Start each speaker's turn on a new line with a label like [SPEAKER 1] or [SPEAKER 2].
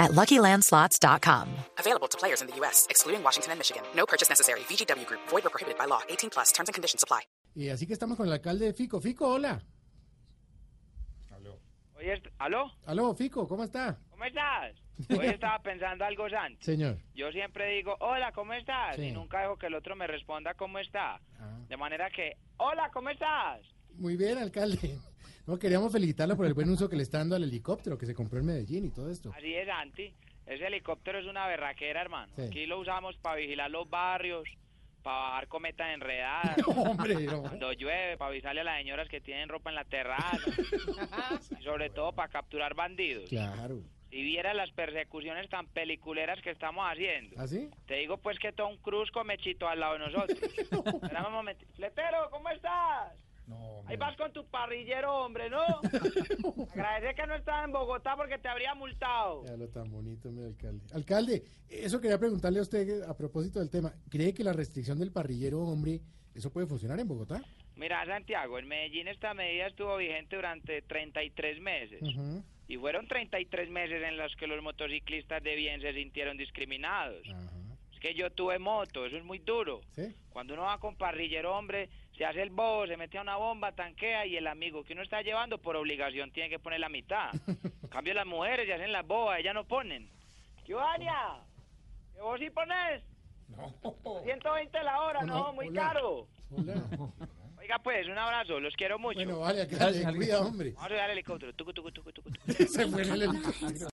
[SPEAKER 1] at luckylandslots.com.
[SPEAKER 2] Available to players in the U.S., excluding Washington and Michigan. No purchase necessary. VGW Group, void or prohibited by law. 18 plus terms and conditions apply.
[SPEAKER 3] Y así que estamos con el alcalde de Fico. Fico, hola.
[SPEAKER 4] Oye, est- ¿aló?
[SPEAKER 3] Aló, Fico, ¿cómo está?
[SPEAKER 4] ¿Cómo estás? Hoy estaba pensando algo, San.
[SPEAKER 3] Señor.
[SPEAKER 4] Yo siempre digo, hola, ¿cómo estás?
[SPEAKER 3] Sí.
[SPEAKER 4] Y nunca dejo que el otro me responda, ¿cómo está?
[SPEAKER 3] Ah.
[SPEAKER 4] De manera que, hola, ¿cómo estás?
[SPEAKER 3] Muy bien, alcalde. No, queríamos felicitarlo por el buen uso que le está dando al helicóptero que se compró en Medellín y todo esto.
[SPEAKER 4] Así es, Santi. Ese helicóptero es una berraquera, hermano.
[SPEAKER 3] Sí.
[SPEAKER 4] Aquí lo usamos para vigilar los barrios, para bajar cometas enredadas,
[SPEAKER 3] Hombre, no.
[SPEAKER 4] cuando llueve, para avisarle a las señoras que tienen ropa en la terraza. y sobre todo para capturar bandidos.
[SPEAKER 3] Claro.
[SPEAKER 4] Si viera las persecuciones tan peliculeras que estamos haciendo.
[SPEAKER 3] ¿Ah, sí?
[SPEAKER 4] Te digo pues que Tom Cruise come chito al lado de nosotros. Espérame un momento. Letero, ¿cómo estás?
[SPEAKER 3] No.
[SPEAKER 4] Ahí vas con tu parrillero, hombre, ¿no? Agradece que no estás en Bogotá porque te habría multado.
[SPEAKER 3] Ya lo tan bonito, mi alcalde. Alcalde, eso quería preguntarle a usted a propósito del tema. ¿Cree que la restricción del parrillero, hombre, eso puede funcionar en Bogotá?
[SPEAKER 4] Mira, Santiago, en Medellín esta medida estuvo vigente durante 33 meses.
[SPEAKER 3] Ujú.
[SPEAKER 4] Y fueron 33 meses en los que los motociclistas de bien se sintieron discriminados.
[SPEAKER 3] Ajá.
[SPEAKER 4] Es que yo tuve moto, eso es muy duro.
[SPEAKER 3] ¿Sí?
[SPEAKER 4] Cuando uno va con parrillero, hombre, se hace el bobo, se mete a una bomba, tanquea y el amigo que uno está llevando por obligación tiene que poner la mitad. En cambio, las mujeres se hacen las bobas, ellas no ponen. ¡Giovanna! ¿Que vos sí pones? No. 120 la hora,
[SPEAKER 3] Hola,
[SPEAKER 4] no, muy
[SPEAKER 3] hola.
[SPEAKER 4] caro.
[SPEAKER 3] Hola.
[SPEAKER 4] Oiga, pues, un abrazo, los quiero mucho.
[SPEAKER 3] Bueno, vale, alcalde, cuida, hombre.
[SPEAKER 4] Vamos a llegar al helicóptero. Tucu, tucu, tucu, tucu, tucu.
[SPEAKER 3] Se fue en el helicóptero.